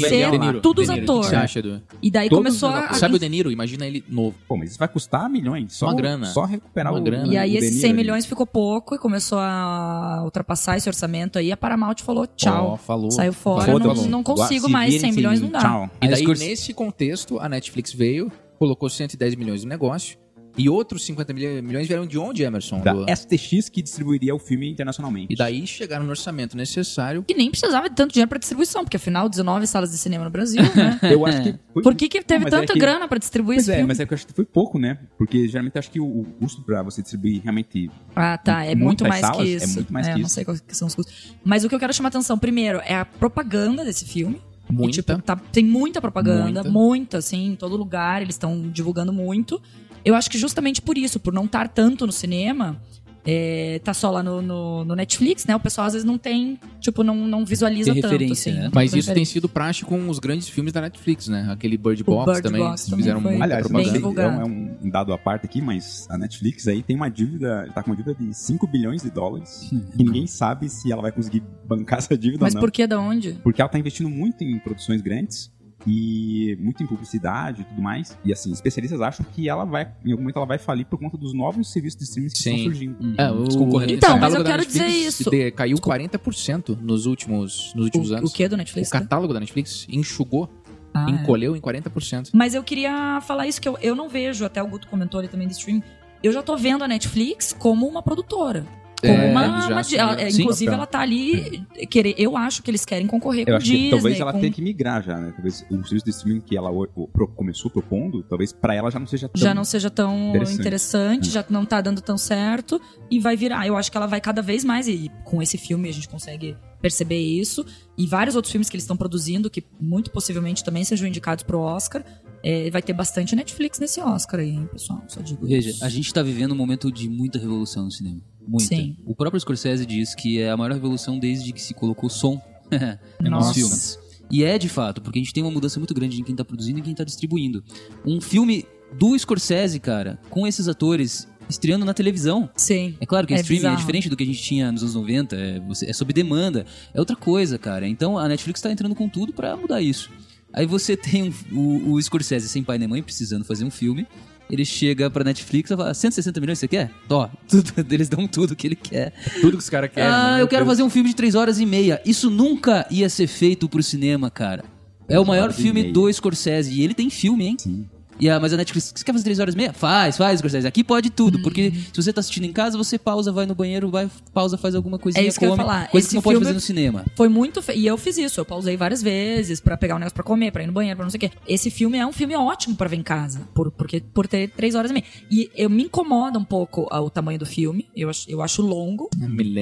D: velho- do velhão lá.
C: Niro. todos os
A: De Niro, O que
C: atores.
A: que você acha, Edu?
C: E daí
D: Todos
C: começou
D: os
C: a.
D: negócios.
A: Sabe o De Niro? Imagina ele novo.
D: Pô, mas isso vai custar milhões. Só,
A: Uma grana.
D: Só recuperar
A: Uma
D: o...
A: grana.
C: E aí
D: o é
C: esses
D: De
C: 100
D: Niro ali.
C: milhões ficou pouco e começou a ultrapassar esse orçamento aí. A Paramount falou tchau.
A: Ó, falou.
C: Saiu fora, É
A: Falou,
C: não,
A: falou.
C: não consigo mais, 100 milhões não dá.
D: Tchau.
A: E
B: Aí
A: daí,
B: Scorsese-
A: nesse contexto, a Netflix veio, colocou 110 milhões no negócio e outros 50 milho- milhões vieram de onde, Emerson?
D: Da
A: Do-
D: STX que distribuiria o filme internacionalmente.
A: E daí chegaram no orçamento necessário.
C: Que nem precisava de tanto dinheiro pra distribuição, porque afinal 19 salas de cinema no Brasil, né?
D: Eu acho que... foi-
C: Por que, que teve
D: Mas é
C: tanta
D: que-
C: grana pra distribuir
D: Pois
C: esse
D: é,
C: filme?
D: mas é que eu acho que foi pouco, né? Porque geralmente eu acho que o, o custo pra você distribuir realmente
C: Ah, tá. É muito
D: Muitas
C: mais
D: salas,
C: que
D: é
C: isso.
D: muito mais que
C: eu não
D: isso.
C: sei quais que são os custos. Mas o que eu quero chamar atenção, primeiro, é a propaganda desse filme. E,
A: Muita.
C: tipo, tá- tem muita propaganda,
A: Muita.
C: muita. assim, em todo lugar, eles estão divulgando muito. Eu acho que justamente por isso, por não estar tanto no cinema, é, tá só lá no, no- no Netflix, né? O pessoal às vezes não tem, tipo, não, não visualiza
B: Tem
C: tanto,
B: referência,
C: assim.
B: né?
C: não
A: Mas
C: tem
A: isso tem sido prática com os grandes filmes da Netflix, né? Aquele Bird Box
C: Bird
A: também.
C: Box
A: eles
C: também
A: fizeram
C: foi.
A: muita
D: Aliás,
C: bem
D: não sei,
A: propaganda.
D: é,
C: divulgado.
D: um, é um dado à parte aqui, mas a Netflix aí tem uma dívida, tá com uma dívida de 5 bilhões de dólares, e ninguém sabe se ela vai conseguir bancar essa dívida
C: Mas
D: ou não.
C: por que, da onde?
D: Porque ela tá investindo muito em produções grandes e muito em publicidade e tudo mais. E assim, especialistas acham que ela vai, em algum momento ela vai falir por conta dos novos serviços de streaming que
A: Sim.
D: estão surgindo.
C: Hum.
A: É, o
B: Os concorrentes.
C: Então,
A: o
C: mas
A: catálogo
C: eu
A: da
C: quero dizer
A: Netflix
C: isso.
A: de- caiu 40% nos últimos, nos últimos
C: O, o
A: anos.
C: que do
A: O
C: Netflix? né?
A: catálogo da Netflix enxugou,
C: Ah, é.
A: encolheu em 40%.
C: Mas eu queria falar isso, que eu, eu não vejo, até o Guto comentou ali também de stream. Eu já tô vendo a Netflix como uma produtora. Como
A: É,
C: uma.
A: eles já
C: uma-
A: assumiram.
C: ela- é,
A: Sim.
C: inclusive, ela tá ali. Querer, eu acho que eles querem concorrer
D: É. Eu
C: com
D: acho que
C: Disney.
D: talvez ela
C: com...
D: tenha que migrar já, né? Talvez o serviço de streaming que ela o- o- pro- começou propondo, talvez pra ela já não seja tão...
C: Já não seja tão
D: então Interessante. É.
C: interessante, já não tá dando tão certo. E vai virar. Eu acho que ela vai cada vez mais. E com esse filme a gente consegue perceber isso. E vários outros filmes que eles estão produzindo, que muito possivelmente também sejam indicados pro Oscar. é, vai ter bastante Netflix nesse Oscar aí, hein, pessoal? Só digo isso.
B: veja, a gente tá vivendo um momento de muita revolução no cinema. Muita.
C: Sim.
B: O próprio Scorsese diz que é a maior revolução desde que se colocou som
C: Nossa.
B: nos filmes. E é de fato, porque a gente tem uma mudança muito grande em quem tá produzindo e quem tá distribuindo. Um filme do Scorsese, cara, com esses atores estreando na televisão.
C: Sim.
B: É claro que
C: É
B: é streaming é
C: bizarro.
B: diferente do que a gente tinha nos anos 90, é, você- é sob demanda, é outra coisa, cara. Então a Netflix tá entrando com tudo pra mudar isso. Aí você tem um- o, o Scorsese sem pai nem mãe precisando fazer um filme, ele chega pra Netflix e fala: 160 milhões você quer? Tó, tudo, eles dão tudo que ele quer.
A: Tudo que os é caras
B: ah, eu quero fazer um filme de 3 horas e meia. Isso nunca ia ser feito pro cinema, cara. É o maior
D: horas e
B: filme
D: meia.
B: do Scorsese e ele tem filme, hein?
D: Sim.
B: E a, mas a Netflix, você quer fazer 3 horas e meia? Faz, faz, Scorsese. Aqui pode tudo, porque se você tá assistindo em casa, você pausa, vai no banheiro, vai, pausa, faz alguma coisinha,
C: É isso que eu ia
B: come,
C: falar.
B: coisa
C: Esse
B: que não pode
C: filme-
B: fazer no cinema.
C: Foi muito. Fe... E eu fiz isso. Eu pausei várias vezes pra pegar um negócio pra comer, pra ir no banheiro, pra não sei o quê. Esse filme é um filme ótimo pra ver em casa. Por, porque, por ter três horas e meia. E eu me incomoda um pouco ah, o tamanho do filme. Eu acho, eu acho longo.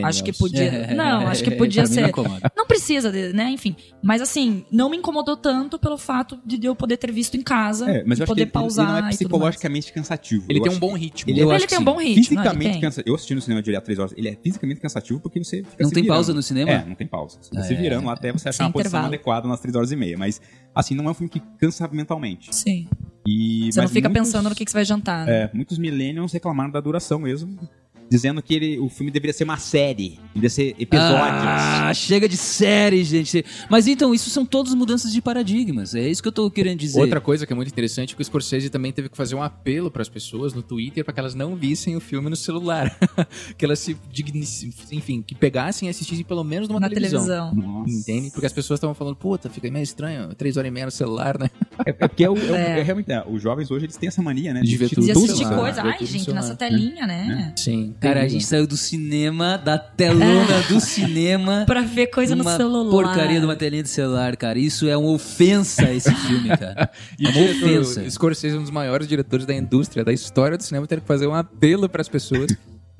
C: Acho que é podia. Não, acho que podia
B: É. Pra mim não
C: ser.
B: incomoda.
C: Não precisa, de- né? Enfim. Mas assim, não me incomodou tanto pelo fato de eu poder ter visto em casa
D: É, mas eu acho
C: e
D: que
C: poder
D: ele,
C: pausar.
D: ele não é
C: e tudo
D: psicologicamente cansativo.
A: Ele
D: Eu
A: tem
D: acho
A: um bom ritmo.
B: Ele é- eu
C: mais.
B: acho
C: Ele tem
B: que
C: um bom
D: que
C: ritmo. não, ele
D: fisicamente
C: tem.
D: cansativo. Eu assisti no cinema direto três horas. Ele é fisicamente cansativo porque você fica
B: Não
D: se
B: tem
D: virando.
B: pausa no cinema?
D: É, não tem pausa. Você tá
B: É.
D: se virando lá até você achar
C: Sem
D: uma posição
C: intervalo.
D: adequada nas três horas e meia. Mas, assim, não é um filme que cansa mentalmente.
C: Sim.
D: E,
C: Você não
D: mas
C: fica
D: muitos-
C: pensando no que, que você vai jantar. né?
D: É, muitos millennials reclamaram da duração mesmo. Dizendo que ele- o filme deveria ser uma série. Deveria ser episódios.
B: Ah, chega de série, gente. Mas então, isso são todas mudanças de paradigmas. É isso que eu tô querendo dizer.
A: Outra coisa que é muito interessante é que o Scorsese também teve que fazer um apelo para as pessoas no Twitter para que elas não vissem o filme no celular. que elas se dignis- enfim, que pegassem e assistissem pelo menos numa
C: Na
A: televisão.
C: televisão.
D: Nossa.
A: Entende? Porque as pessoas estavam falando, puta, fica meio estranho, três horas e meia no celular, né?
D: É porque é o, é o-
C: É. tipo
D: é realmente, é, os jovens hoje eles têm essa mania, né?
A: De ver tudo
C: De
A: Tudo
C: assistir
A: celular,
C: coisa.
A: né?
C: Ai,
A: Tudo
C: gente,
A: celular,
C: nessa
A: né?
C: telinha,
D: É.
C: né?
A: Sim.
B: Cara, a gente saiu do cinema, da telona do cinema.
C: Pra ver É. coisa no
B: uma
C: celular.
B: Porcaria de uma telinha de celular, cara. Isso é uma ofensa a esse filme, cara.
A: E
B: É
A: o
B: uma ofensa.
A: diretor Scorsese é um dos maiores diretores da indústria, da história do cinema, ter que fazer um apelo para as pessoas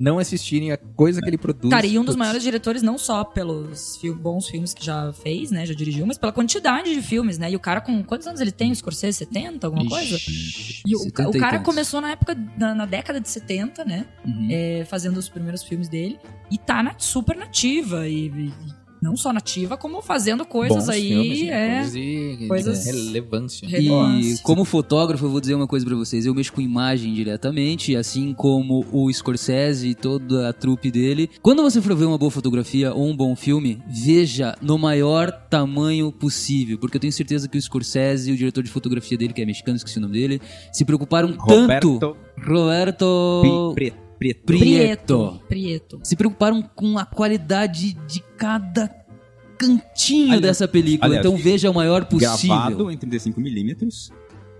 A: não assistirem a coisa que ele produz.
C: Cara, e um
A: Putz.
C: dos maiores diretores, não só pelos fil- bons filmes que já fez, né? Já dirigiu, mas pela quantidade de filmes, né? E o cara com. Quantos anos ele tem? O Scorsese, 70, alguma É coisa?
B: Ixi,
C: E o, o
B: 70 e
C: cara
B: tantos.
C: começou na época, na, na década de 70, né?
B: Uhum.
C: é, fazendo os primeiros filmes dele. E tá na- super nativa. E, e não só nativa, como fazendo coisas
A: Bons
C: aí.
A: filmes, né?
C: é.
A: Coisas de, de
C: Coisas-
A: relevância.
C: Re-
B: E
C: Relevância.
B: como fotógrafo, eu vou dizer uma coisa pra vocês. Eu mexo com imagem diretamente, assim como o Scorsese e toda a trupe dele. Quando você for ver uma boa fotografia ou um bom filme, veja no maior tamanho possível. Porque eu tenho certeza que o Scorsese e o diretor de fotografia dele, que é mexicano, esqueci o nome dele, se preocuparam tanto...
D: Roberto
B: Roberto...
D: Pri- Pre- Preto.
B: Prieto.
C: Prieto.
B: Se preocuparam com a qualidade de cada cantinho
D: Aliás-
B: dessa película.
D: aliás,
B: então veja o maior possível.
D: Gravado em 35mm.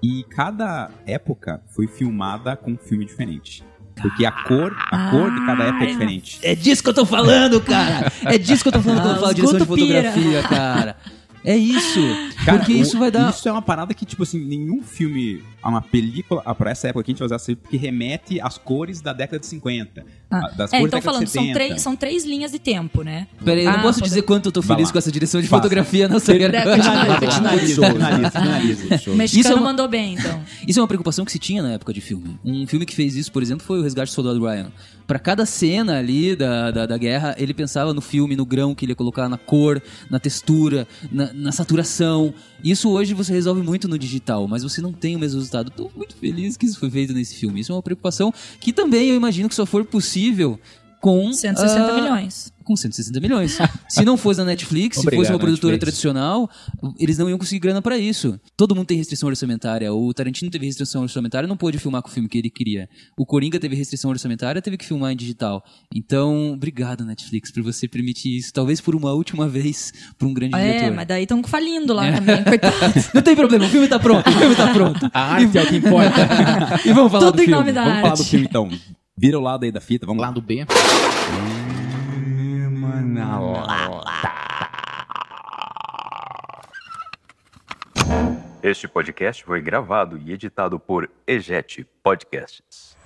D: E cada época foi filmada com um filme diferente. Porque a cor, a cor de cada época é diferente.
B: É disso que eu tô falando, cara. É disso que eu tô falando quando eu
C: Ah,
B: falo
C: os
B: de direção de
C: Guto Pira.
B: fotografia, cara. É isso.
D: Cara,
B: Porque
D: o-
B: isso vai dar.
D: Isso é uma parada que, tipo assim, nenhum filme, uma película, ah, pra essa época que a gente vai usar, assim, porque remete às cores da década de 50.
C: Ah,
D: a- Das
C: É,
D: cores da
C: então
D: década
C: falando,
D: de
C: são
D: 70.
C: três, são três linhas de tempo, né?
B: Pera aí, eu não
C: Ah,
B: posso
C: pode-
B: dizer quanto eu tô
D: Vai
B: feliz
D: lá.
B: com essa direção de
D: Faça.
B: fotografia nessa garganta.
D: Finaliza, finaliza, finaliza.
C: O mexicano
B: Isso é uma-
C: mandou bem, então.
B: Isso é uma preocupação que se tinha na época de filme. Um filme que fez isso, por exemplo, foi o Resgate do Soldado Ryan. Pra cada cena ali da, da, da guerra, ele pensava no filme, no grão que ele ia colocar, na cor, na textura, na, na saturação. Isso hoje você resolve muito no digital, mas você não tem o mesmo resultado. Tô muito feliz que isso foi feito nesse filme. Isso é uma preocupação que também eu imagino que só for possível com
C: 160
B: ah,
C: milhões.
B: com 160 milhões. se não fosse na Netflix, se
A: Obrigado,
B: fosse uma produtora
A: Netflix.
B: tradicional, eles não iam conseguir grana pra isso. Todo mundo tem restrição orçamentária. O Tarantino teve restrição orçamentária, não pôde filmar com o filme que ele queria. O Coringa teve restrição orçamentária, teve que filmar em digital. Então, obrigado Netflix por você permitir isso, talvez por uma última vez pra um grande
C: É,
B: diretor. É.
C: mas daí estão falindo lá também, coitado.
B: Não tem problema, o filme tá pronto, o filme tá pronto.
D: A arte é o que importa.
B: E vamos falar
C: Tudo
B: do
C: em
B: filme.
C: nome da
D: Vamos falar do
C: arte.
D: filme então. Vira o lado aí da fita, vamos lá.
A: Lado B.
I: Este podcast foi gravado e editado por Ejet Podcasts.